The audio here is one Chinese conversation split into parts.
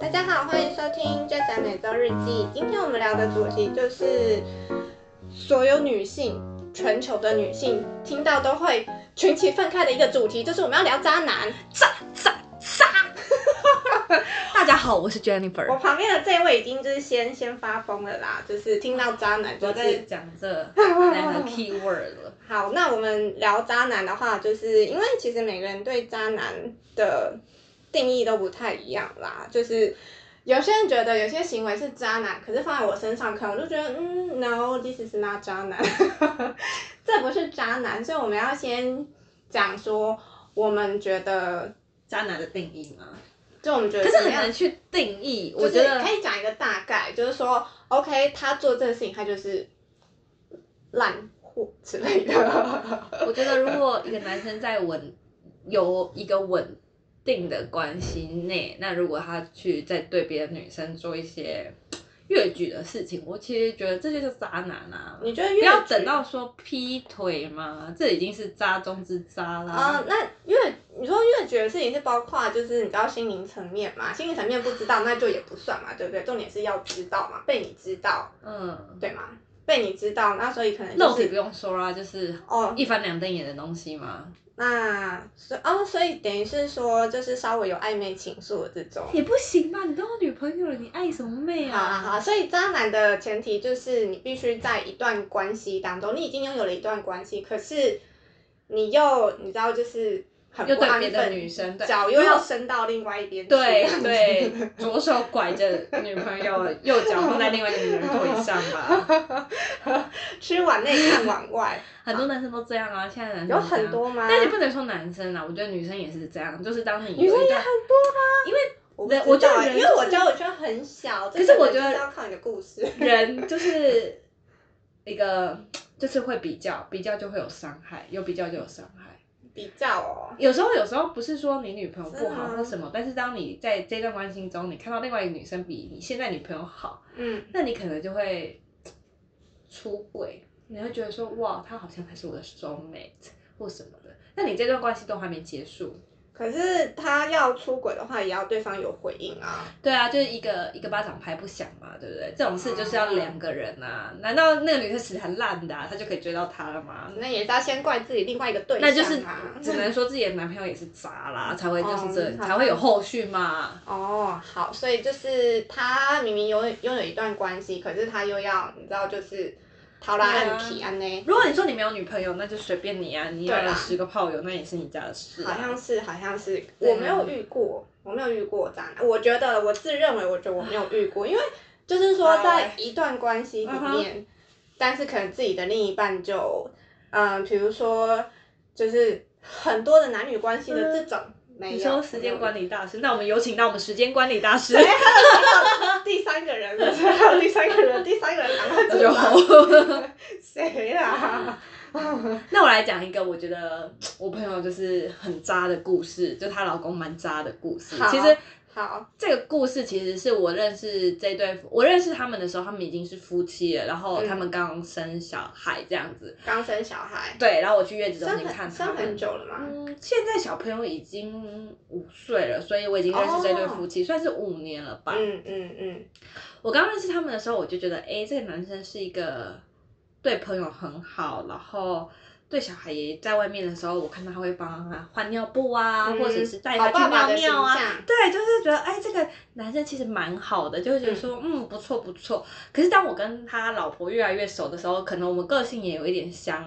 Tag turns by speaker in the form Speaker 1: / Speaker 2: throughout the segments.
Speaker 1: 大家好，欢迎收听《最宅每周日记》。今天我们聊的主题就是所有女性，全球的女性听到都会群起愤慨的一个主题，就是我们要聊渣男。
Speaker 2: 炸炸炸！ 大家好，我是
Speaker 1: 我
Speaker 2: Jennifer。
Speaker 1: 旁边的这位已经就是先先发疯了啦，就是听到渣男就
Speaker 2: 我在
Speaker 1: 是
Speaker 2: 讲这两 个 key word 了。
Speaker 1: 好。那我们聊渣男的话，就是因为其实每个人对渣男的定义都不太一样啦，就是。有些人觉得有些行为是渣男，可是放在我身上看，我就觉得，嗯，no，this is not 渣男， 这不是渣男，所以我们要先讲说，我们觉得，
Speaker 2: 渣男的定义吗？
Speaker 1: 就我们觉得
Speaker 2: 可是
Speaker 1: 怎么
Speaker 2: 很
Speaker 1: 样
Speaker 2: 难去定义，
Speaker 1: 就
Speaker 2: 我
Speaker 1: 是
Speaker 2: 觉得
Speaker 1: 可以讲一个大概，就是说，OK，他做这个事情，他就是烂货之类的。
Speaker 2: 我觉得如果一个男生在稳有一个稳定的关系内，那如果他去再对别的女生做一些越矩的事情，我其实觉得这就是渣男啊。
Speaker 1: 你觉得
Speaker 2: 不
Speaker 1: 越
Speaker 2: 要
Speaker 1: 举
Speaker 2: 等到说劈腿嘛，这已经是渣中之渣啦。
Speaker 1: 啊、那越你说越觉得事情是包括就是你知道心灵层面嘛，心灵层面不知道那就也不算嘛，对不对？重点是要知道嘛，被你知道，
Speaker 2: 嗯，
Speaker 1: 对吗？被你知道，那所以可能
Speaker 2: 肉
Speaker 1: 就
Speaker 2: 体
Speaker 1: 是
Speaker 2: 不用说啦，就是
Speaker 1: 哦，
Speaker 2: 一翻两瞪眼的东西嘛。
Speaker 1: 那所哦，所以等于是说就是稍微有暧昧情愫的这种。
Speaker 2: 也不行吧？你都有女朋友了，你爱什么妹
Speaker 1: 好好好，所以渣男的前提就是你必须在一段关系当中，你已经拥有了一段关系，可是你又你知道就是很
Speaker 2: 又
Speaker 1: 不
Speaker 2: 对
Speaker 1: 安
Speaker 2: 别
Speaker 1: 分，
Speaker 2: 的女生对
Speaker 1: 脚又要伸到另外一边去，
Speaker 2: 对 对，左手拐着女朋友，右脚放在另外一个女人腿上吧。
Speaker 1: 吃碗内看碗 外，
Speaker 2: 很多男生都这样啊，现在男生
Speaker 1: 有
Speaker 2: 都这样
Speaker 1: 很。多吗？
Speaker 2: 但你不能说男生啊，我觉得女生也是这样，就是当你
Speaker 1: 女生
Speaker 2: 有一
Speaker 1: 也
Speaker 2: 段
Speaker 1: 很多吗？
Speaker 2: 因为
Speaker 1: 我
Speaker 2: 人
Speaker 1: 不知道
Speaker 2: 我觉得
Speaker 1: 欸
Speaker 2: 人
Speaker 1: 因为我
Speaker 2: 就是
Speaker 1: 交友圈很小，
Speaker 2: 可是
Speaker 1: 真的
Speaker 2: 我觉得
Speaker 1: 就是要靠你的故事。
Speaker 2: 人就是一个就是会比较，比较就会有伤害，有比较就有伤害。
Speaker 1: 比较哦，
Speaker 2: 有时候，有时候不是说你女朋友不好
Speaker 1: 是啊
Speaker 2: 或什么，但是当你在这段关系中，你看到另外一个女生比你现在女朋友好，
Speaker 1: 嗯，
Speaker 2: 那你可能就会出轨，你会觉得说哇，她好像还是我的 soul mate 或什么的。那你这段关系都还没结束，
Speaker 1: 可是他要出轨的话，也要对方有回应啊。
Speaker 2: 对啊，就是一个一个巴掌拍不响嘛，对不对？这种事就是要两个人啊，难道那个女生死缠烂打，她就可以追到他了吗？
Speaker 1: 那也是要先怪自己另外一个对象、
Speaker 2: 那
Speaker 1: 啊，
Speaker 2: 就 是只能说自己的男朋友也是渣啦，才会就是这、
Speaker 1: 哦
Speaker 2: 才会有后续嘛。
Speaker 1: 哦，好，所以就是他明明拥有拥有一段关系，可是他又要你知道就是逃拉
Speaker 2: 啊
Speaker 1: 暗皮啊安呢，
Speaker 2: 如果你说你没有女朋友，那就随便你啊，你有
Speaker 1: 对
Speaker 2: 了
Speaker 1: 啦
Speaker 2: 十个炮友，那也是你家的事、
Speaker 1: 好
Speaker 2: 啊。嗯
Speaker 1: 像是好像是
Speaker 2: 对啊
Speaker 1: 我没有遇过，我没有遇过渣男，我觉得我自认为我觉得我没有遇过，因为就是说
Speaker 2: 好嗯
Speaker 1: 在一段关系里面，但是可能自己的另一半就嗯，比如说就是很多的男女关系的这种。没有
Speaker 2: 你说时间管理大师，那我们有请到我们时间管理大师，
Speaker 1: 哎 啊第三个人，还有第三个人，第三个人赶快
Speaker 2: 那就
Speaker 1: 走
Speaker 2: 好
Speaker 1: 吧。。谁啦？
Speaker 2: 那我来讲一个，我觉得我朋友就是很渣的故事，就她老公蛮渣的故事
Speaker 1: 好。
Speaker 2: 其实
Speaker 1: 好，
Speaker 2: 这个故事其实是我认识这对，我认识他们的时候，他们已经是夫妻了，然后
Speaker 1: 嗯
Speaker 2: 他们刚生小孩这样子。
Speaker 1: 刚生小孩，
Speaker 2: 对，然后我去月子中
Speaker 1: 生
Speaker 2: 心看
Speaker 1: 很
Speaker 2: 他
Speaker 1: 生很
Speaker 2: 们。
Speaker 1: 久了嘛？
Speaker 2: 嗯，现在小朋友已经五岁了，所以我已经认识这对夫妻，算是五年了吧。
Speaker 1: 哦嗯嗯嗯，
Speaker 2: 我刚认识他们的时候，我就觉得，哎，这个男生是一个对朋友很好，然后对小孩也在外面的时候，我看到他会帮他换尿布啊，
Speaker 1: 嗯
Speaker 2: 或者是带
Speaker 1: 好
Speaker 2: 他
Speaker 1: 爸爸
Speaker 2: 去尿
Speaker 1: 的形
Speaker 2: 尿啊。
Speaker 1: 象，
Speaker 2: 对，就是觉得哎，这个男生其实蛮好的，就会觉得说，嗯，不错不错。可是当我跟他老婆越来越熟的时候，可能我们个性也有一点相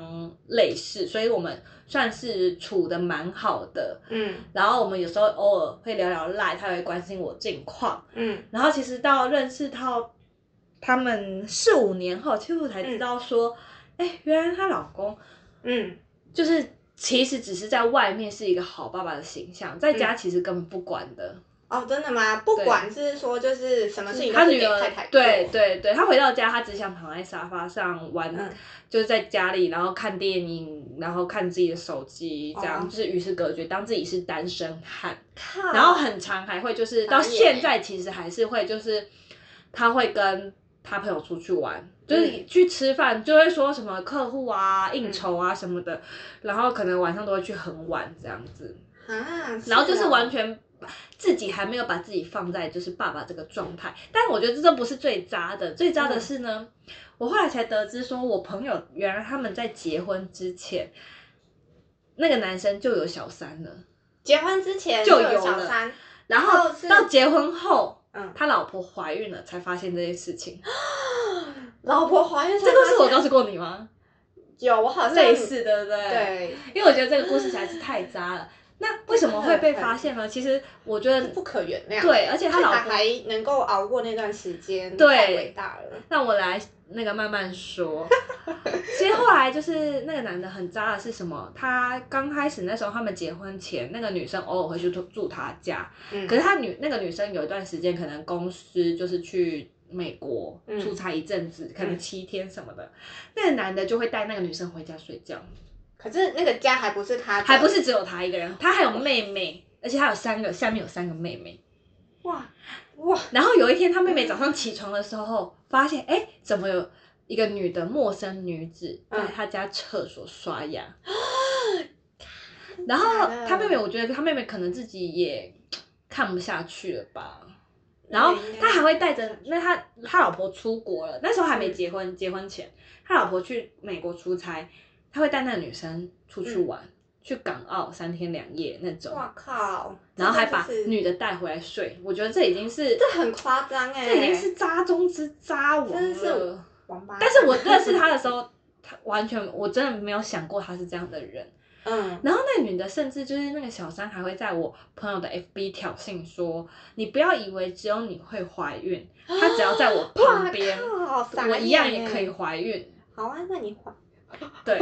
Speaker 2: 类似，所以我们算是处的蛮好的。
Speaker 1: 嗯
Speaker 2: 然后我们有时候偶尔会聊聊赖，他也会关心我近况。
Speaker 1: 嗯
Speaker 2: 然后其实到认识到他们四五年后，其实我才知道说，哎、原来她老公
Speaker 1: 嗯，
Speaker 2: 就是其实只是在外面是一个好爸爸的形象，在
Speaker 1: 嗯
Speaker 2: 家其实根本不管的。
Speaker 1: 哦，真的吗？不
Speaker 2: 对
Speaker 1: 管是说嗯就是什么事情
Speaker 2: 他
Speaker 1: 都是
Speaker 2: 女
Speaker 1: 给
Speaker 2: 儿
Speaker 1: 太太做
Speaker 2: 对，对对，他回到家，他只想躺在沙发上玩，
Speaker 1: 嗯
Speaker 2: 就是在家里，然后看电影，然后看自己的手机，这样、
Speaker 1: 哦
Speaker 2: 就是与世隔绝，当自己是单身汉。
Speaker 1: 靠
Speaker 2: 然后很常还会就是
Speaker 1: 傻眼
Speaker 2: 到现在其实还是会就是他会跟他朋友出去玩，就是去吃饭，就会说什么客户啊、应酬啊什么的，然后可能晚上都会去很晚这样子，
Speaker 1: 啊，
Speaker 2: 然后就是
Speaker 1: 哦
Speaker 2: 完全把自己还没有把自己放在就是爸爸这个状态，但我觉得这都不是最渣的，最渣的是呢，我后来才得知说，我朋友原来他们在结婚之前，那个男生就有小三了，
Speaker 1: 结婚之前
Speaker 2: 就
Speaker 1: 有
Speaker 2: 有
Speaker 1: 小
Speaker 2: 了
Speaker 1: 三，
Speaker 2: 然后
Speaker 1: 哦是
Speaker 2: 到结婚后，
Speaker 1: 嗯，
Speaker 2: 他老婆怀孕了才发现这件 事情，
Speaker 1: 老婆怀孕才
Speaker 2: 这故事
Speaker 1: 发
Speaker 2: 我
Speaker 1: 现
Speaker 2: 告诉过你吗？
Speaker 1: 有，我好像
Speaker 2: 类似，对不对？。
Speaker 1: 对，
Speaker 2: 因为我觉得这个故事实在是太渣了。那为什么会被发现呢？其实我觉得
Speaker 1: 不可原谅。
Speaker 2: 对，而且
Speaker 1: 他
Speaker 2: 他老
Speaker 1: 老
Speaker 2: 婆
Speaker 1: 还能够熬过那段时间，
Speaker 2: 对
Speaker 1: 太伟大了。
Speaker 2: 让我来那个慢 慢说。其实后来就是那个男的很渣的是什么？他刚开始那时候他们结婚前，那个女生偶尔会去住住他家，
Speaker 1: 嗯，
Speaker 2: 可是他女那个女生有一段时间可能公司就是去。美国
Speaker 1: 嗯
Speaker 2: 出差一阵子，可能
Speaker 1: 嗯
Speaker 2: 七天什么的，那个男的就会带那个女生回家睡觉，
Speaker 1: 嗯可是那个家还不是他的，
Speaker 2: 还不是只有他一个人，他还有妹妹，而且他有三个，下面有三个妹妹。
Speaker 1: 哇哇，
Speaker 2: 然后有一天，他妹妹早上起床的时候，发现哎，诶怎么有一个女的陌生女子在
Speaker 1: 嗯
Speaker 2: 她家厕所刷 牙？然
Speaker 1: 假
Speaker 2: 后
Speaker 1: 的
Speaker 2: 她妹妹，我觉得她妹妹可能自己也看不下去了吧。然后
Speaker 1: 应该
Speaker 2: 他还会带着，那他他老婆出国了，那时候还没结婚，结婚前他老婆去美国出差，他会带那个女生出去
Speaker 1: 嗯
Speaker 2: 玩，去港澳三天两夜那种，
Speaker 1: 哇靠，
Speaker 2: 然后还把
Speaker 1: 这真的是
Speaker 2: 女的带回来睡。我觉得这已经 是
Speaker 1: 这很夸张哎，
Speaker 2: 这已经是渣中之渣王
Speaker 1: 真的是
Speaker 2: 了。
Speaker 1: 王八蛋，
Speaker 2: 但是我认识他的时候，他完全我真的没有想过他是这样的人。
Speaker 1: 嗯，
Speaker 2: 然后那女的甚至就是那个小三，还会在我朋友的 FB 挑衅说：“你不要以为只有你会怀孕，她只要在我旁边，
Speaker 1: 哇靠，
Speaker 2: 我一样也可以
Speaker 1: 怀。
Speaker 2: 怀孕。
Speaker 1: 好啊，那你怀。”
Speaker 2: 对，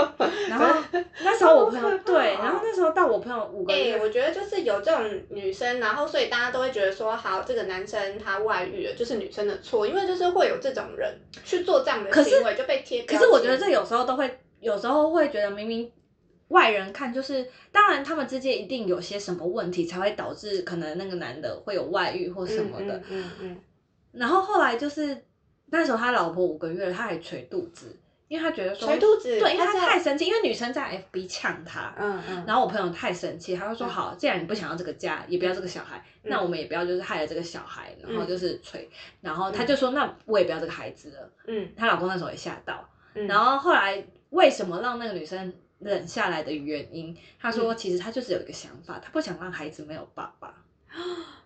Speaker 2: 然后那时候我朋
Speaker 1: 好可
Speaker 2: 友
Speaker 1: 怕
Speaker 2: 对，然后那时候到我朋友五个
Speaker 1: 哎、
Speaker 2: 月，
Speaker 1: 我觉得就是有这种女生，然后所以大家都会觉得说，好，这个男生他外遇了，就是女生的错，因为就是会有这种人去做这样的
Speaker 2: 可是
Speaker 1: 行为，就被贴标
Speaker 2: 可
Speaker 1: 签。
Speaker 2: 是我觉得这有时候都会，有时候会觉得明明外人看就是，当然他们之间一定有些什么问题，才会导致可能那个男的会有外遇或什么的。
Speaker 1: 嗯嗯嗯
Speaker 2: 然后后来就是那时候他老婆五个月了，他还捶肚子，因为他觉得
Speaker 1: 嗯，
Speaker 2: 说
Speaker 1: 捶肚子，
Speaker 2: 对，因
Speaker 1: 他
Speaker 2: 为他
Speaker 1: 是
Speaker 2: 太生气，因为女生在 FB 呛他。
Speaker 1: 嗯嗯，
Speaker 2: 然后我朋友太生气，他就说
Speaker 1: 嗯
Speaker 2: 好，既然你不想要这个家，也不要这个小孩，
Speaker 1: 嗯
Speaker 2: 那我们也不要就是害了这个小孩，然后
Speaker 1: 嗯
Speaker 2: 就是捶，然后他就说那我也不要这个孩子了。
Speaker 1: 嗯
Speaker 2: 她老公那时候也吓到，
Speaker 1: 嗯，
Speaker 2: 然后后来为什么让那个女生忍下来的原因，她说
Speaker 1: 嗯
Speaker 2: 其实她就是有一个想法，她不想让孩子没有爸爸。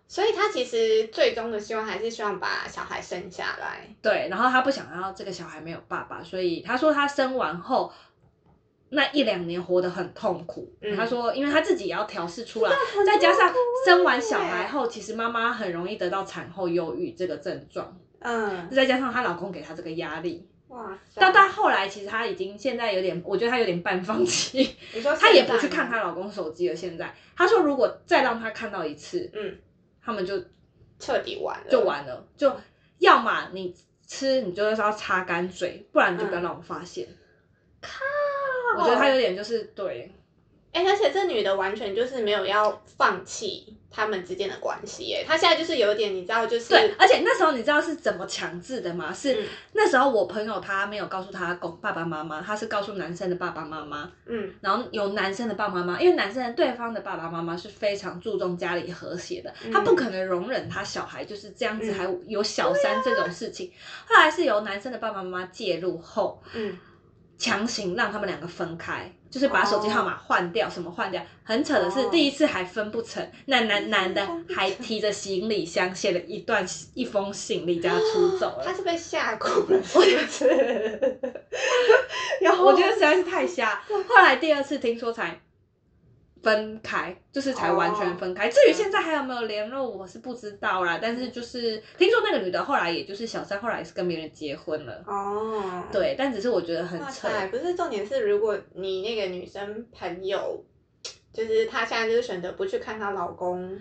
Speaker 1: 所以他其实最终的希望还是希望把小孩生下来。
Speaker 2: 对，然后她不想要这个小孩没有爸爸，所以她说她生完后。那一两年活得很痛苦，
Speaker 1: 嗯
Speaker 2: 她说，因为她自己也要调 试出来，再加上生完小孩
Speaker 1: 耶
Speaker 2: 后，其实妈妈很容易得到产后忧郁这个症状，
Speaker 1: 嗯，
Speaker 2: 再加上她老公给她这个压力，
Speaker 1: 哇塞，
Speaker 2: 到到后来，其实她已经现在有点，我觉得她有点半放弃，
Speaker 1: 你说
Speaker 2: 她也
Speaker 1: 现
Speaker 2: 不
Speaker 1: 在
Speaker 2: 去看
Speaker 1: 吗，
Speaker 2: 她老公手机了。现在她说，如果再让她看到一次，
Speaker 1: 嗯，
Speaker 2: 他们就
Speaker 1: 彻底完了，
Speaker 2: 就。完了，就要么你吃，你就是要擦干嘴，不然你就
Speaker 1: 嗯
Speaker 2: 不要让我发现。我觉得她有点就是对，
Speaker 1: 哎、而且这女的完全就是没有要放弃他们之间的关系，哎，她现在就是有点，你知道，就是
Speaker 2: 对，而且那时候你知道是怎么强制的吗？是
Speaker 1: 嗯
Speaker 2: 那时候我朋友他没有告诉他公爸爸妈妈，他是告诉男生的爸爸妈妈，
Speaker 1: 嗯
Speaker 2: 然后有男生的爸爸妈妈，因为男生的对方的爸爸妈妈是非常注重家里和谐的，
Speaker 1: 嗯
Speaker 2: 他不可能容忍他小孩就是这样子，
Speaker 1: 嗯
Speaker 2: 还有小三这种事情。后来是由男生的爸爸妈妈介入后，
Speaker 1: 嗯，
Speaker 2: 强行让他们两个分开，就是把手机号码换掉，什么换掉。很扯的是，
Speaker 1: 哦
Speaker 2: 第一次还分不成，那男男的
Speaker 1: 分不成
Speaker 2: 还提着行李箱，写了一段一封信离家出走
Speaker 1: 她
Speaker 2: 了。
Speaker 1: 是被吓哭了，是不是？然后
Speaker 2: 我觉得实在是太瞎。后来第二次听说才分开，就是才完
Speaker 1: 哦
Speaker 2: 全分开。至
Speaker 1: 嗯
Speaker 2: 于现在还有没有联络，我是不知道啦。但是就是听说那个女的后来，也就是小三，后来也是跟别人结婚了。
Speaker 1: 哦，
Speaker 2: 对，但只是我觉得很
Speaker 1: 哇
Speaker 2: 扯。
Speaker 1: 塞，不是重点是，如果你那个女生朋友，就是她现在就是选择不去看她老公，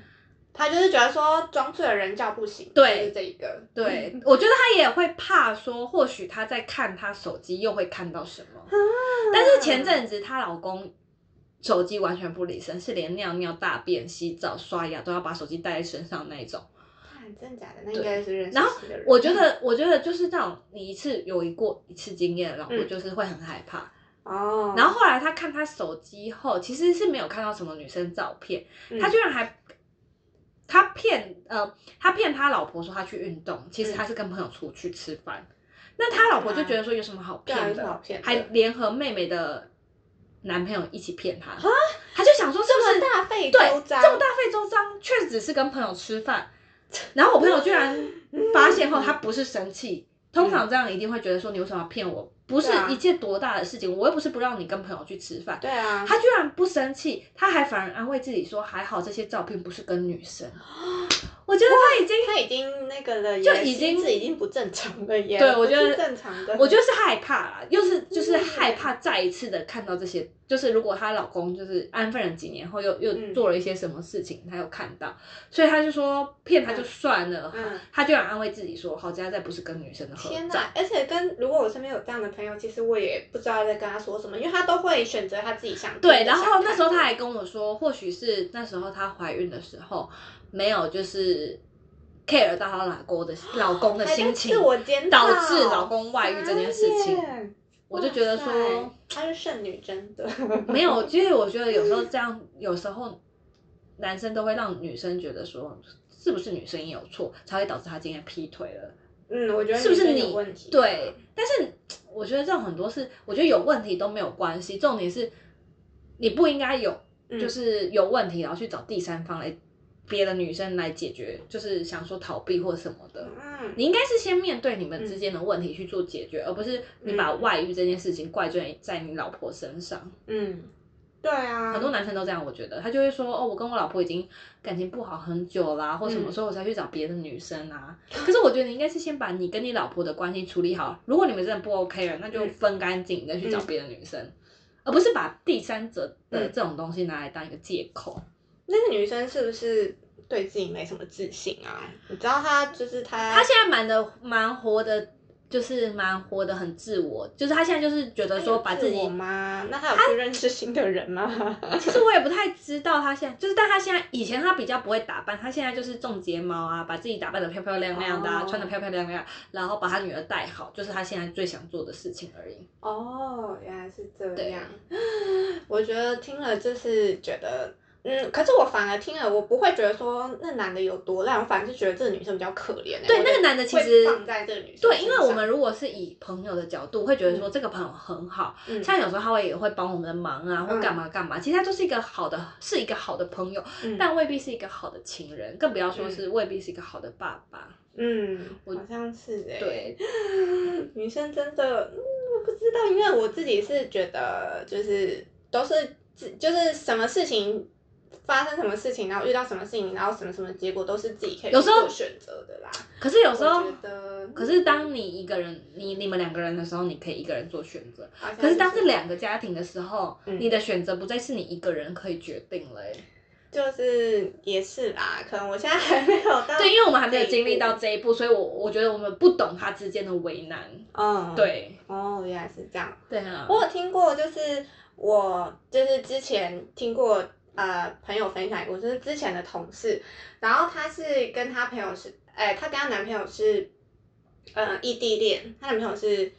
Speaker 1: 她就是觉得说装醉的人叫不醒，
Speaker 2: 对
Speaker 1: 就是这一个，
Speaker 2: 对，
Speaker 1: 嗯
Speaker 2: 我觉得她也会怕说，或许她在看她手机又会看到什
Speaker 1: 啊
Speaker 2: 么。但是前阵子她老公手机完全不离身，是连尿尿、大便、洗澡、刷牙都要把手机带在身上那一种。
Speaker 1: 太真假的，那应该是认识
Speaker 2: 然后
Speaker 1: 新的人
Speaker 2: 我觉，得，我觉得就是那种你一次有一过一次经验，然后
Speaker 1: 嗯
Speaker 2: 就是会很害怕。
Speaker 1: 哦，
Speaker 2: 然后后来他看他手机后，其实是没有看到什么女生照片，
Speaker 1: 嗯
Speaker 2: 他居然还他骗呃他骗他老婆说他去运动，其
Speaker 1: 嗯
Speaker 2: 实他是跟朋友出去吃饭。那他老婆就觉得说有什么好
Speaker 1: 对啊
Speaker 2: 骗
Speaker 1: 有什
Speaker 2: 的，
Speaker 1: 么好骗的
Speaker 2: 还联合妹妹的男朋友一起骗他，他就想说是不
Speaker 1: 啊这
Speaker 2: 是
Speaker 1: 么大费周
Speaker 2: 对
Speaker 1: 章，
Speaker 2: 这么大费周章，确实是跟朋友吃饭。然后我朋友居然
Speaker 1: 嗯
Speaker 2: 发现后，他不是生气，通常这样一定会觉得说你为什么要骗我？不是
Speaker 1: 对啊
Speaker 2: 一件多大的事情，我又不是不让你跟朋友去吃饭。
Speaker 1: 对啊，
Speaker 2: 他居然不生气，他还反而安慰自己说还好这些照片不是跟女生。我觉得他已经，
Speaker 1: 他已经那个了耶，
Speaker 2: 就已经
Speaker 1: 心智已经不正常了耶，
Speaker 2: 对我
Speaker 1: 不
Speaker 2: 觉得
Speaker 1: 是正常的，嗯
Speaker 2: 我觉
Speaker 1: 得
Speaker 2: 得是害怕啦，又是就是害怕再一次的看到这些，就是如果她老公就是安分了几年后又又
Speaker 1: 嗯
Speaker 2: 做了一些什么事情，她有看到，所以她就说骗他就算了，
Speaker 1: 嗯
Speaker 2: 她居然安慰自己说好佳在不是跟女生的合
Speaker 1: 天
Speaker 2: 照。
Speaker 1: 哪！而且跟如果我身边有这样的朋友，其实我也不知道在跟他说什么，因为他都会选择他自己想
Speaker 2: 对，然后哎那时候她
Speaker 1: 他
Speaker 2: 还跟我说，或许是那时候她怀孕的时候没有就是 care 到她老公的老公的心情
Speaker 1: 自，我检讨
Speaker 2: 导致老公外遇这件事情，
Speaker 1: 傻眼
Speaker 2: 我就觉得
Speaker 1: 哎哇塞
Speaker 2: 说
Speaker 1: 他是剩女，真的
Speaker 2: 没有，其实我觉得有时候这样，有时候男生都会让女生觉得说。是不是女生也有错，才会导致她今天劈腿了？
Speaker 1: 嗯，我觉得
Speaker 2: 是不是
Speaker 1: 女
Speaker 2: 你
Speaker 1: 生有问题？
Speaker 2: 对，但是我觉得这种很多事，我觉得有问题都没有关系，重点是你不应该有
Speaker 1: 嗯，
Speaker 2: 就是有问题，然后去找第三方来别的女生来解决，就是想说逃避或什么的。
Speaker 1: 嗯，
Speaker 2: 你应该是先面对你们之间的问题去做解决，而不是
Speaker 1: 嗯
Speaker 2: 你把外遇这件事情怪罪在你老婆身上。
Speaker 1: 嗯，对啊，
Speaker 2: 很多男生都这样，我觉得他就会说：“哦，我跟我老婆已经感情不好很久啦，或什么，
Speaker 1: 嗯
Speaker 2: 所以我才去找别的女生啊。”可是我觉得你应该是先把你跟你老婆的关系处理好。如果你们真的不 OK 了，那就
Speaker 1: 嗯
Speaker 2: 分干净，再去找别的女生，而不是把第三者的
Speaker 1: 嗯
Speaker 2: 这种东西拿来当一个借口。
Speaker 1: 那个女生是不是对自己没什么自信啊？你知道她就是她，
Speaker 2: 他现在蛮的蛮活的，就是蛮活的很自我，就是他现在就是觉得
Speaker 1: 她
Speaker 2: 说
Speaker 1: 有
Speaker 2: 把
Speaker 1: 自
Speaker 2: 自己，
Speaker 1: 我吗？那她有去认识新的人 吗？
Speaker 2: 其实我也不太知道他现在就是，但他现在以前他比较不会打扮，他现在就是种睫毛啊，把自己打扮的漂漂亮亮的、啊
Speaker 1: 哦
Speaker 2: 穿的漂漂亮亮，然后把他女儿带好，就是他现在最想做的事情而已。
Speaker 1: 哦，原来是这
Speaker 2: 对
Speaker 1: 样。我觉得听了就是觉得，嗯，可是我反而听了，我不会觉得说那男的有多烂，我反而是觉得这个女生比较可怜、欸。
Speaker 2: 对，
Speaker 1: 我
Speaker 2: 那
Speaker 1: 就
Speaker 2: 个男的其
Speaker 1: 会
Speaker 2: 实
Speaker 1: 放在这个女生
Speaker 2: 对，因为
Speaker 1: 身
Speaker 2: 我
Speaker 1: 上
Speaker 2: 们如果是以朋友的角度，会觉得说这个朋友很好，
Speaker 1: 嗯
Speaker 2: 像有时候他会也会帮我们的忙啊，或
Speaker 1: 嗯
Speaker 2: 干嘛干嘛，其实他就是一个好的，是一个好的朋友，
Speaker 1: 嗯
Speaker 2: 但未必是一个好的情人，更不要说是未必是一个好的爸爸。
Speaker 1: 嗯，
Speaker 2: 我
Speaker 1: 好像是哎、欸，
Speaker 2: 对，
Speaker 1: 女生真的，嗯，我不知道，因为我自己是觉得，就是都是自，就是什么事情发生什么事情，然后遇到什么事情，然后什么什么结果都是自己可以
Speaker 2: 有时候
Speaker 1: 做选择的啦。
Speaker 2: 可是有时候
Speaker 1: 我觉，得，
Speaker 2: 可是当你一个人，你你们两个人的时候，你可以一个人做选择。
Speaker 1: 好像
Speaker 2: 可是当是两个家庭的时候，
Speaker 1: 嗯
Speaker 2: 你的选择不再是你一个人可以决定了、欸。
Speaker 1: 就是也是啦，可能我现在还没有到，
Speaker 2: 对，因为我们还没有
Speaker 1: 这一
Speaker 2: 经历
Speaker 1: 步
Speaker 2: 到这一步，所以我我觉得我们不懂他之间的为难。
Speaker 1: 嗯，，
Speaker 2: 对，
Speaker 1: 哦，原来是这样。
Speaker 2: 对啊。
Speaker 1: 我有听过，就是我就是之前听过呃朋友分享过，就是之前的同事，然后她是跟她朋友是，哎、她跟她男朋友是呃异地恋，她男朋友是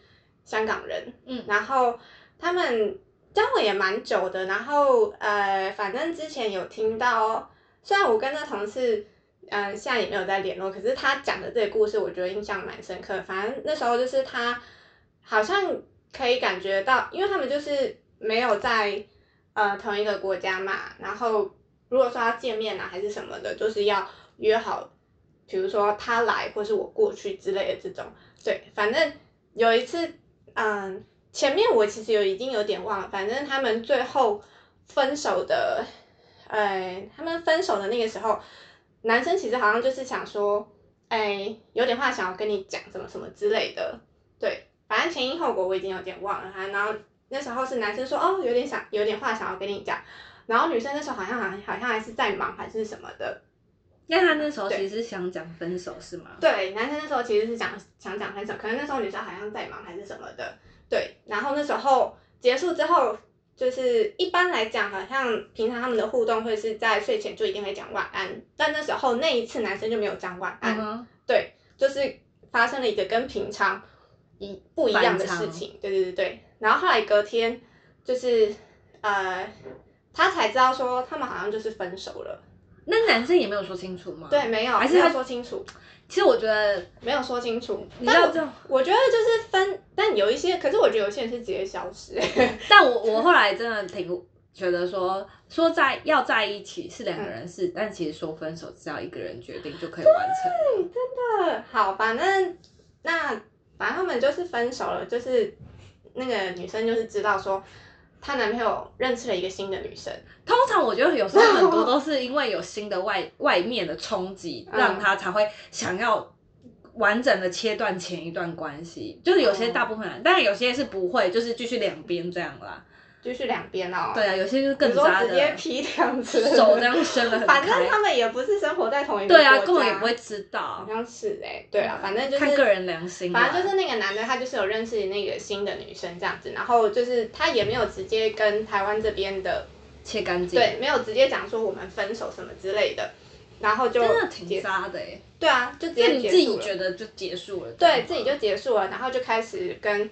Speaker 1: 香港人，
Speaker 2: 嗯
Speaker 1: 然后他们交往也蛮久的，然后呃，反正之前有听到，虽然我跟那同事。嗯，现在也没有在联络，可是她讲的这个故事，我觉得印象蛮深刻的。反正那时候就是她好像可以感觉到，因为他们就是没有在呃同一个国家嘛，然后如果说要见面啊还是什么的，就是要约好，比如说他来或是我过去之类的这种。对，反正有一次，嗯，前面我其实有已经有点忘了，反正他们最后分手的，呃，他们分手的那个时候，男生其实好像就是想说，哎，有点话想要跟你讲，什么什么之类的，对，反正前因后果我已经有点忘了哈。然后那时候是男生说，哦，有点想，有点话想要跟你讲，然后女生那时候好像好像好像还是在忙还是什么的，
Speaker 2: 那他那时候其实是想讲分手是吗？
Speaker 1: 对，男生那时候其实是想想讲分手，可能那时候女生好像在忙还是什么的。对，然后那时候结束之后，就是一般来讲，好像平常他们的互动会是在睡前就一定会讲晚安，但那时候那一次男生就没有讲晚安，
Speaker 2: 嗯哼，
Speaker 1: 对，就是发生了一个跟平常一不一样的事情，对对对对。然后后来隔天就是呃，他才知道说他们好像就是分手了，
Speaker 2: 那男生也没有说清楚吗？
Speaker 1: 对，，没有，
Speaker 2: 还是
Speaker 1: 没有
Speaker 2: 他
Speaker 1: 说清楚，
Speaker 2: 其实我觉得，
Speaker 1: 没有说清楚。
Speaker 2: 你知
Speaker 1: 但
Speaker 2: 道
Speaker 1: 我
Speaker 2: 这种，
Speaker 1: 我觉得就是分，但有一些，可是我觉得有些人是直接消失、
Speaker 2: 但我我后来真的挺觉得说说在要在一起是两个人事，但其实说分手只要一个人决定就可以完成了。
Speaker 1: 好，反正那反正他们就是分手了，就是那个女生就是知道说她男朋友认识了一个新的女生，
Speaker 2: 通常我觉得有时候很多都是因为有新的外外面的冲击，
Speaker 1: 嗯
Speaker 2: 让他才会想要完整的切断前一段关系。就是有些
Speaker 1: 哦
Speaker 2: 大部分人，当然有些是不会，就是继续两边这样啦。
Speaker 1: 就是两边哦。
Speaker 2: 对啊，有些就是
Speaker 1: 你
Speaker 2: 更
Speaker 1: 说
Speaker 2: 渣
Speaker 1: 直接
Speaker 2: 的，
Speaker 1: 劈这样子，
Speaker 2: 手这样伸 得很
Speaker 1: 反正
Speaker 2: 开。
Speaker 1: 他们也不是生活在同一个
Speaker 2: 对啊，
Speaker 1: 国
Speaker 2: 根本
Speaker 1: 家
Speaker 2: 也不会知
Speaker 1: 好
Speaker 2: 道，
Speaker 1: 像是哎、对啊，反正就是
Speaker 2: 看个人良心啦。啊
Speaker 1: 反正就是那个男的，他就是有认识那个新的女生这样子，然后就是他也没有直接跟台湾这边的
Speaker 2: 切干净。，
Speaker 1: 对，没有直接讲说我们分手什么之类的，然后就
Speaker 2: 真的挺
Speaker 1: 结
Speaker 2: 渣的哎。
Speaker 1: 对啊，就直
Speaker 2: 那
Speaker 1: 接
Speaker 2: 你
Speaker 1: 结
Speaker 2: 自
Speaker 1: 束
Speaker 2: 己
Speaker 1: 了
Speaker 2: 觉得就结束了？
Speaker 1: 对自己就结束了，然后就开始跟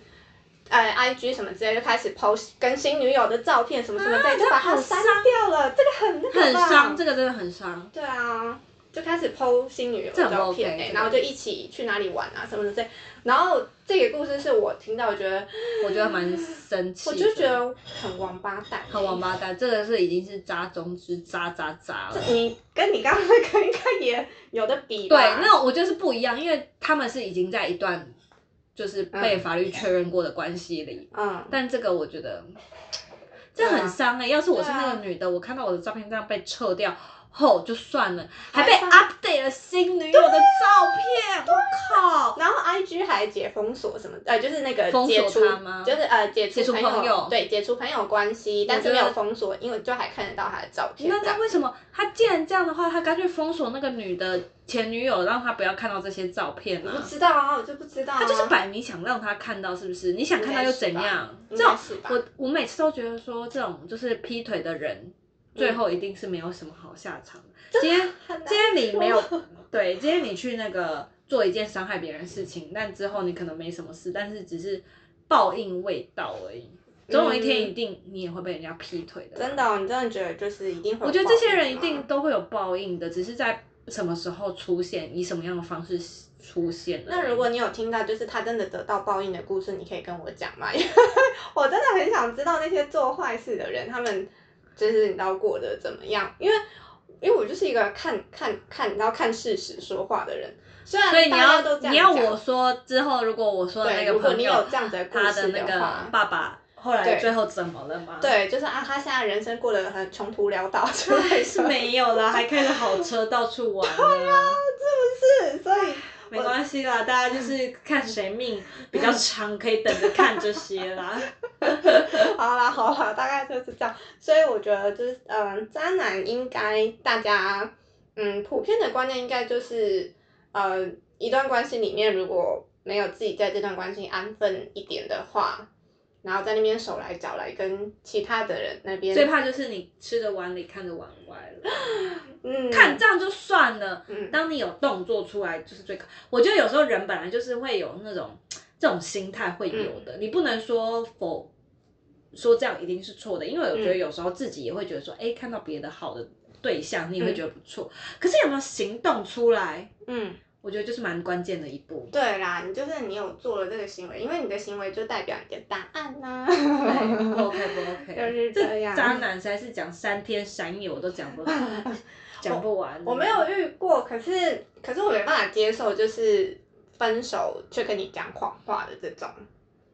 Speaker 1: 呃 IG 什么之类，就开始 post 跟新女友的照片什么什么之类，
Speaker 2: 啊
Speaker 1: 就把它
Speaker 2: 这好
Speaker 1: 删
Speaker 2: 伤
Speaker 1: 掉了，这个很那个
Speaker 2: 很
Speaker 1: 吧
Speaker 2: 伤，这个真的很伤。
Speaker 1: 对啊，就开始 PO 新女友
Speaker 2: 这
Speaker 1: 的
Speaker 2: 很不
Speaker 1: 照片、
Speaker 2: OK，
Speaker 1: 欸
Speaker 2: 这个
Speaker 1: 然后就一起去哪里玩啊什么的这，然后这个故事是我听到，我觉得
Speaker 2: 我觉得蛮生气
Speaker 1: 我
Speaker 2: 的。
Speaker 1: 就觉得很王八蛋、
Speaker 2: 很王八蛋，这个是已经是渣中之渣渣渣了。
Speaker 1: 这你 跟你刚刚那个应该也有的比
Speaker 2: 对，
Speaker 1: 吧
Speaker 2: 那我觉得是不一样，因为他们是已经在一段就是被法律确认过的关系里，
Speaker 1: 嗯，
Speaker 2: 但这个我觉得
Speaker 1: 对
Speaker 2: 这
Speaker 1: 啊
Speaker 2: 很伤哎、要是我是那
Speaker 1: 对啊
Speaker 2: 个女的，我看到我的照片这样被撤掉后就算了，还被
Speaker 1: 还放
Speaker 2: update 了新女友的照片，我靠！
Speaker 1: 然后 I G 还解封锁什么的，呃，就是那个
Speaker 2: 封锁
Speaker 1: 解除
Speaker 2: 他吗
Speaker 1: 就是呃解除
Speaker 2: 解除
Speaker 1: 朋
Speaker 2: 朋友
Speaker 1: 对，解除朋友关系，但是没有封锁，因为就还看得到他的照片。
Speaker 2: 那
Speaker 1: 这样
Speaker 2: 他为什么？他既然这样的话，他干脆封锁那个女的前女友，让她不要看到这些照片
Speaker 1: 我不
Speaker 2: 啊！
Speaker 1: 知道啊，我就不知道、啊。
Speaker 2: 他就是摆明想让她看到，是不是？你想看到又怎样？
Speaker 1: 应
Speaker 2: 这
Speaker 1: 该
Speaker 2: 种
Speaker 1: 是吧
Speaker 2: 我我每次都觉得说，这种就是劈腿的人，最后一定是没有什么好下场的。今天
Speaker 1: 很难
Speaker 2: 今天你没 有对，今天你去那个做一件伤害别人的事情，但之后你可能没什么事，但是只是报应未到而已。总有一天，
Speaker 1: 嗯
Speaker 2: 一定你也会被人家劈腿的啦。
Speaker 1: 真的哦、你真的觉得就是一定会有
Speaker 2: 我觉得这些
Speaker 1: 报
Speaker 2: 人
Speaker 1: 应
Speaker 2: 一
Speaker 1: 吗
Speaker 2: 定都会有报应的，只是在什么时候出现，以什么样的方式出现而已。
Speaker 1: 那如果你有听到就是他真的得到报应的故事，你可以跟我讲吗？因为 我真的很想知道那些做坏事的人，他们就是你知道过得怎么样？因为因为我就是一个看看看，你知道看事实说话的人。虽然
Speaker 2: 所以你
Speaker 1: 大家
Speaker 2: 要
Speaker 1: 都这样
Speaker 2: 你要
Speaker 1: 讲
Speaker 2: 我说之后，如果我说的
Speaker 1: 对
Speaker 2: 那个
Speaker 1: 如果
Speaker 2: 朋
Speaker 1: 你
Speaker 2: 友
Speaker 1: 有这样子的故
Speaker 2: 他
Speaker 1: 事
Speaker 2: 的那
Speaker 1: 的
Speaker 2: 个
Speaker 1: 话
Speaker 2: 爸爸后来
Speaker 1: 对
Speaker 2: 最后怎么了吗？，
Speaker 1: 对，就是啊，他现在人生过得很穷途潦倒之类
Speaker 2: 是
Speaker 1: 的，
Speaker 2: 没有啦，还开着好车到处玩。对呀、
Speaker 1: 啊是所以
Speaker 2: 没关系啦，大家就是看谁命比较长，可以等着看这些啦。
Speaker 1: 好啦好啦，大概就是这样。所以我觉得就是，嗯，渣男应该大家，嗯，普遍的观念应该就是，呃，一段关系里面如果没有自己在这段关系安分一点的话，然后在那边手来脚来跟其他的人那边，
Speaker 2: 最怕就是你吃着碗里看着碗外了，
Speaker 1: 嗯，
Speaker 2: 看，这样就算了。
Speaker 1: 嗯，
Speaker 2: 当你有动作出来，就是最可。我觉得有时候人本来就是会有那种这种心态会有的，你不能说否说这样一定是错的，因为我觉得有时候自己也会觉得说，哎、看到别的好的对象，你也会觉得不错，可是有没有行动出来？
Speaker 1: 嗯，
Speaker 2: 我觉得就是蛮关键的一步。
Speaker 1: 对啦，你就是你有做了这个行为，因为你的行为就代表你的答案呐、
Speaker 2: 对不 OK 不 OK，
Speaker 1: 就是这样
Speaker 2: 渣男实在是讲三天三夜我都讲不讲不完
Speaker 1: 我没有遇过，可是可是我没办法接受，就是分手却跟你讲谎话的这种，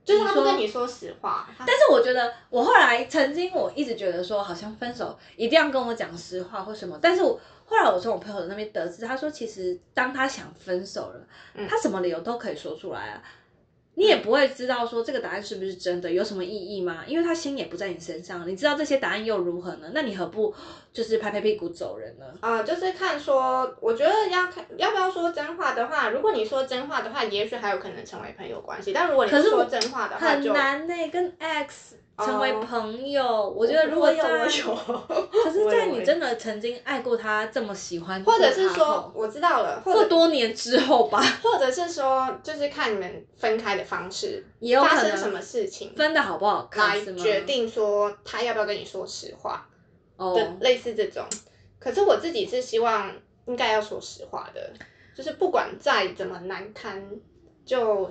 Speaker 1: 就是他不跟你说实话，他
Speaker 2: 但是我觉得，我后来曾经我一直觉得说，好像分手一定要跟我讲实话或什么。但是我后来我从我朋友那边得知，他说其实当他想分手了，
Speaker 1: 嗯
Speaker 2: 他什么理由都可以说出来啊，你也不会知道说这个答案是不是真的，有什么意义吗？因为他心也不在你身上，你知道这些答案又如何呢？那你何不就是拍拍屁股走人呢？
Speaker 1: 呃，就是看说，我觉得要看要不要说真话的话，如果你说真话的话，也许还有可能成为朋友关系，但如果你不
Speaker 2: 可是
Speaker 1: 说
Speaker 2: 我
Speaker 1: 真话的话
Speaker 2: 很
Speaker 1: 就，
Speaker 2: 难呢、跟 X 成为
Speaker 1: 哦
Speaker 2: 朋友，我觉得如果
Speaker 1: 我
Speaker 2: 在
Speaker 1: 有， 我有，
Speaker 2: 可是，
Speaker 1: 我
Speaker 2: 在
Speaker 1: 有
Speaker 2: 你
Speaker 1: 欸
Speaker 2: 真的曾经爱过他，这么喜欢过
Speaker 1: 或
Speaker 2: 他后，
Speaker 1: 者是说我知道了，或
Speaker 2: 或
Speaker 1: 者
Speaker 2: 多年之后吧，
Speaker 1: 或者是说就是看你们分开的方式，
Speaker 2: 也有
Speaker 1: 发
Speaker 2: 可
Speaker 1: 生
Speaker 2: 能
Speaker 1: 什么事情
Speaker 2: 分的好不好看
Speaker 1: 来
Speaker 2: 是吗？
Speaker 1: 决定说他要不要跟你说实话，
Speaker 2: 哦
Speaker 1: 对，，类似这种。可是我自己是希望应该要说实话的，就是不管再怎么难堪，就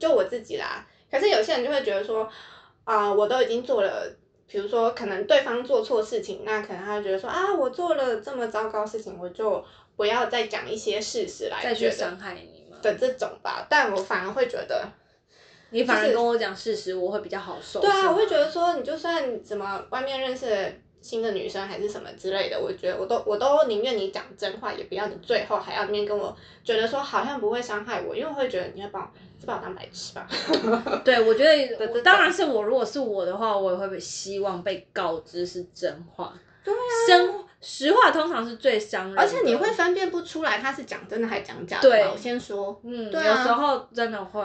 Speaker 1: 就我自己啦。可是有些人就会觉得说，啊、我都已经做了。比如说，可能对方做错事情，那可能他就觉得说啊，我做了这么糟糕的事情，我就不要再讲一些事实来
Speaker 2: 再
Speaker 1: 觉
Speaker 2: 去
Speaker 1: 得
Speaker 2: 伤害你嘛。
Speaker 1: 的这种吧。但我反而会觉得，
Speaker 2: 你反
Speaker 1: 就
Speaker 2: 而
Speaker 1: 是
Speaker 2: 跟我讲事实，我会比较好受。
Speaker 1: 对
Speaker 2: 是
Speaker 1: 啊，
Speaker 2: 吗
Speaker 1: 我会觉得说，你就算怎么外面认识的新的女生还是什么之类的，我觉得我都我都宁愿你讲真话，也不要你最后还要那边跟我觉得说好像不会伤害我，因为我会觉得你要把我是把我当白痴吧。
Speaker 2: 对，我觉
Speaker 1: 对
Speaker 2: 得
Speaker 1: 对
Speaker 2: 我当然是我，如果是我的话，我也会希望被告知是真话。
Speaker 1: 对啊，
Speaker 2: 真实话通常是最伤人的，
Speaker 1: 而且你会分辨不出来他是讲真的还是讲假的
Speaker 2: 对
Speaker 1: 吧。我先说，
Speaker 2: 嗯，
Speaker 1: 对啊
Speaker 2: 有时候真的会，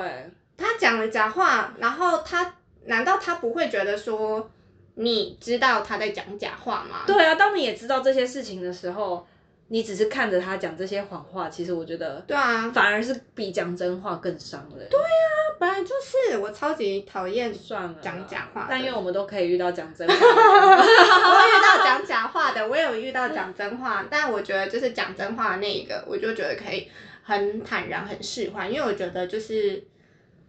Speaker 1: 他讲了假话，然后他难道他不会觉得说你知道他在讲假话吗？
Speaker 2: 对啊，当你也知道这些事情的时候，你只是看着他讲这些谎话，其实我觉得
Speaker 1: 对啊，
Speaker 2: 反而是比讲真话更伤人。对，
Speaker 1: 他本来就是我超级讨厌
Speaker 2: 算了啦，
Speaker 1: 讲假话的
Speaker 2: 但因为我们都可以遇到讲真话的人，
Speaker 1: 我有遇到讲假话的，我也有遇到讲真话，但我觉得就是讲真话的那一个，我就觉得可以很坦然、很释怀，因为我觉得就是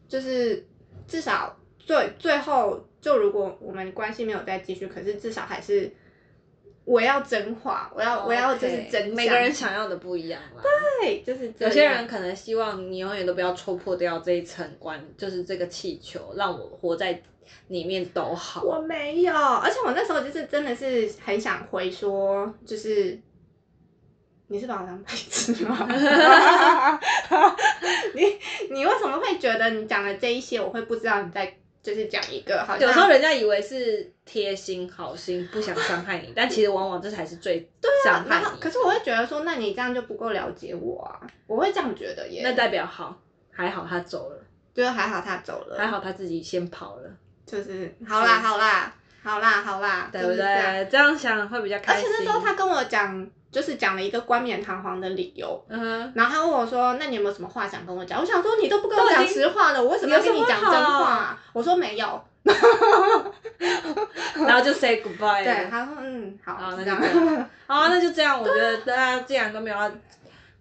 Speaker 1: 就是至少最最后，就如果我们关系没有再继续，可是至少还是我要真话， 我要、我要就是
Speaker 2: OK，
Speaker 1: 真相，
Speaker 2: 哦每个人想要的不一样啦。
Speaker 1: 对就是这
Speaker 2: 有些
Speaker 1: 样
Speaker 2: 人可能希望你永远都不要戳破掉这一层关，就是这个气球，让我活在里面都好。
Speaker 1: 我没有，而且我那时候就是真的是很想回说，就是你是把我当白痴 吗？你你为什么会觉得你讲的这一些，我会不知道你在就是讲一个好像
Speaker 2: 有时候人家以为是贴心、好心，不想伤害你，但其实往往这才是最伤害
Speaker 1: 啊然
Speaker 2: 你
Speaker 1: 后。可是我会觉得说，那你这样就不够了解我啊，我会这样觉得耶。
Speaker 2: 那代表好，还好他走了，
Speaker 1: 就是还好他走了，
Speaker 2: 还好他自己先跑了，
Speaker 1: 就是好啦
Speaker 2: 是
Speaker 1: 好啦好啦好啦，
Speaker 2: 对
Speaker 1: 就
Speaker 2: 不
Speaker 1: 是
Speaker 2: 对
Speaker 1: 这样？
Speaker 2: 这样想会比较
Speaker 1: 而
Speaker 2: 开
Speaker 1: 且
Speaker 2: 心。
Speaker 1: 那时候他跟我讲，就是讲了一个冠冕堂皇的理由，
Speaker 2: 嗯哼，
Speaker 1: 然后他问我说：“那你有没有什么话想跟我讲？”我想说：“你都不跟我
Speaker 2: 都已
Speaker 1: 讲
Speaker 2: 经
Speaker 1: 实话了，我为什么要
Speaker 2: 有
Speaker 1: 跟
Speaker 2: 什
Speaker 1: 你
Speaker 2: 么
Speaker 1: 讲真
Speaker 2: 好
Speaker 1: 话？”我说：“没有。
Speaker 2: 然后就 say ” goodbye 了。
Speaker 1: 对，他说：“嗯，
Speaker 2: 好
Speaker 1: 好，
Speaker 2: 那
Speaker 1: 是
Speaker 2: 就
Speaker 1: 这样。
Speaker 2: 这 样好啊，那就这样。我觉得大家既然都没有要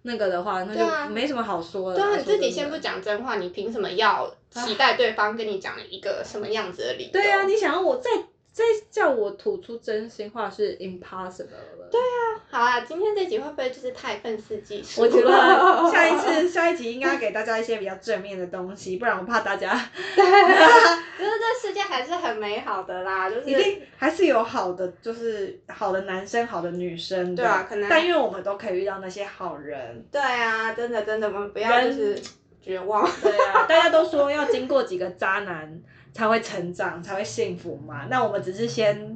Speaker 2: 那个的话，那
Speaker 1: 对啊
Speaker 2: 就没什么好说”的
Speaker 1: 对
Speaker 2: 啦。
Speaker 1: 啊，你
Speaker 2: 呃说
Speaker 1: 自己
Speaker 2: 真
Speaker 1: 先
Speaker 2: 的
Speaker 1: 不讲真话，你凭什么要期待对方跟你讲一个什么样子的理由？
Speaker 2: 对啊，你想要我再再叫我吐出真心话是 impossible 了。对啊，
Speaker 1: 好啊，今天这集会不会就是太愤世嫉俗？
Speaker 2: 我 觉得下一次下一集应该给大家一些比较正面的东西，不然我怕大家
Speaker 1: 就是这世界还是很美好的啦，就是
Speaker 2: 一定还是有好的，就是好的男生、好的女生的。
Speaker 1: 对啊可能
Speaker 2: 但因为我们都可以遇到那些好人。
Speaker 1: 对啊，真的真的，我们不要就
Speaker 2: 人
Speaker 1: 是绝 望。
Speaker 2: 对啊，大家都说要经过几个渣男才会成长，才会幸福嘛。那我们只是先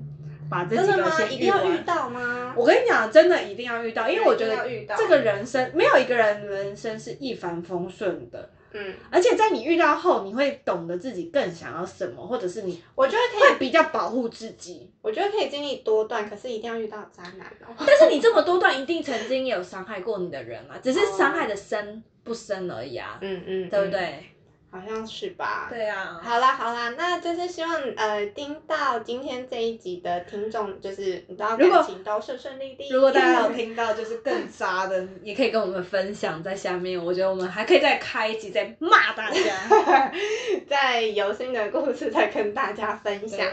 Speaker 2: 把这
Speaker 1: 真
Speaker 2: 几
Speaker 1: 的
Speaker 2: 个
Speaker 1: 吗？
Speaker 2: 先
Speaker 1: 一定要
Speaker 2: 完
Speaker 1: 遇到吗？
Speaker 2: 我跟你讲，真的一定要遇到，因为我觉
Speaker 1: 一定
Speaker 2: 得
Speaker 1: 要遇到
Speaker 2: 这个人生没有一个人人生是一帆风顺的，
Speaker 1: 嗯，
Speaker 2: 而且在你遇到后，你会懂得自己更想要什么，或者是你
Speaker 1: 我觉得可以，
Speaker 2: 会比较保护自己。
Speaker 1: 我觉得可以经历多段，可是一定要遇到渣男 哦。
Speaker 2: 但是你这么多段，一定曾经也有伤害过你的人啊，只是伤害的深不深而已啊，
Speaker 1: 嗯嗯，
Speaker 2: 对不
Speaker 1: 嗯？
Speaker 2: 对？
Speaker 1: 好像是吧。。
Speaker 2: 对啊，
Speaker 1: 好啦好啦，那就是希望呃听到今天这一集的听众，就是你知道
Speaker 2: 如果
Speaker 1: 感情都顺顺利利。
Speaker 2: 如果大家有听到就是更渣的，也可以跟我们分享在下面，我觉得我们还可以再开一集再骂大家。
Speaker 1: 在有新的故事再跟大家分享。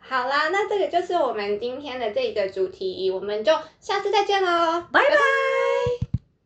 Speaker 1: 好啦，那这个就是我们今天的这个主题，我们就下次再见喽，
Speaker 2: 拜拜。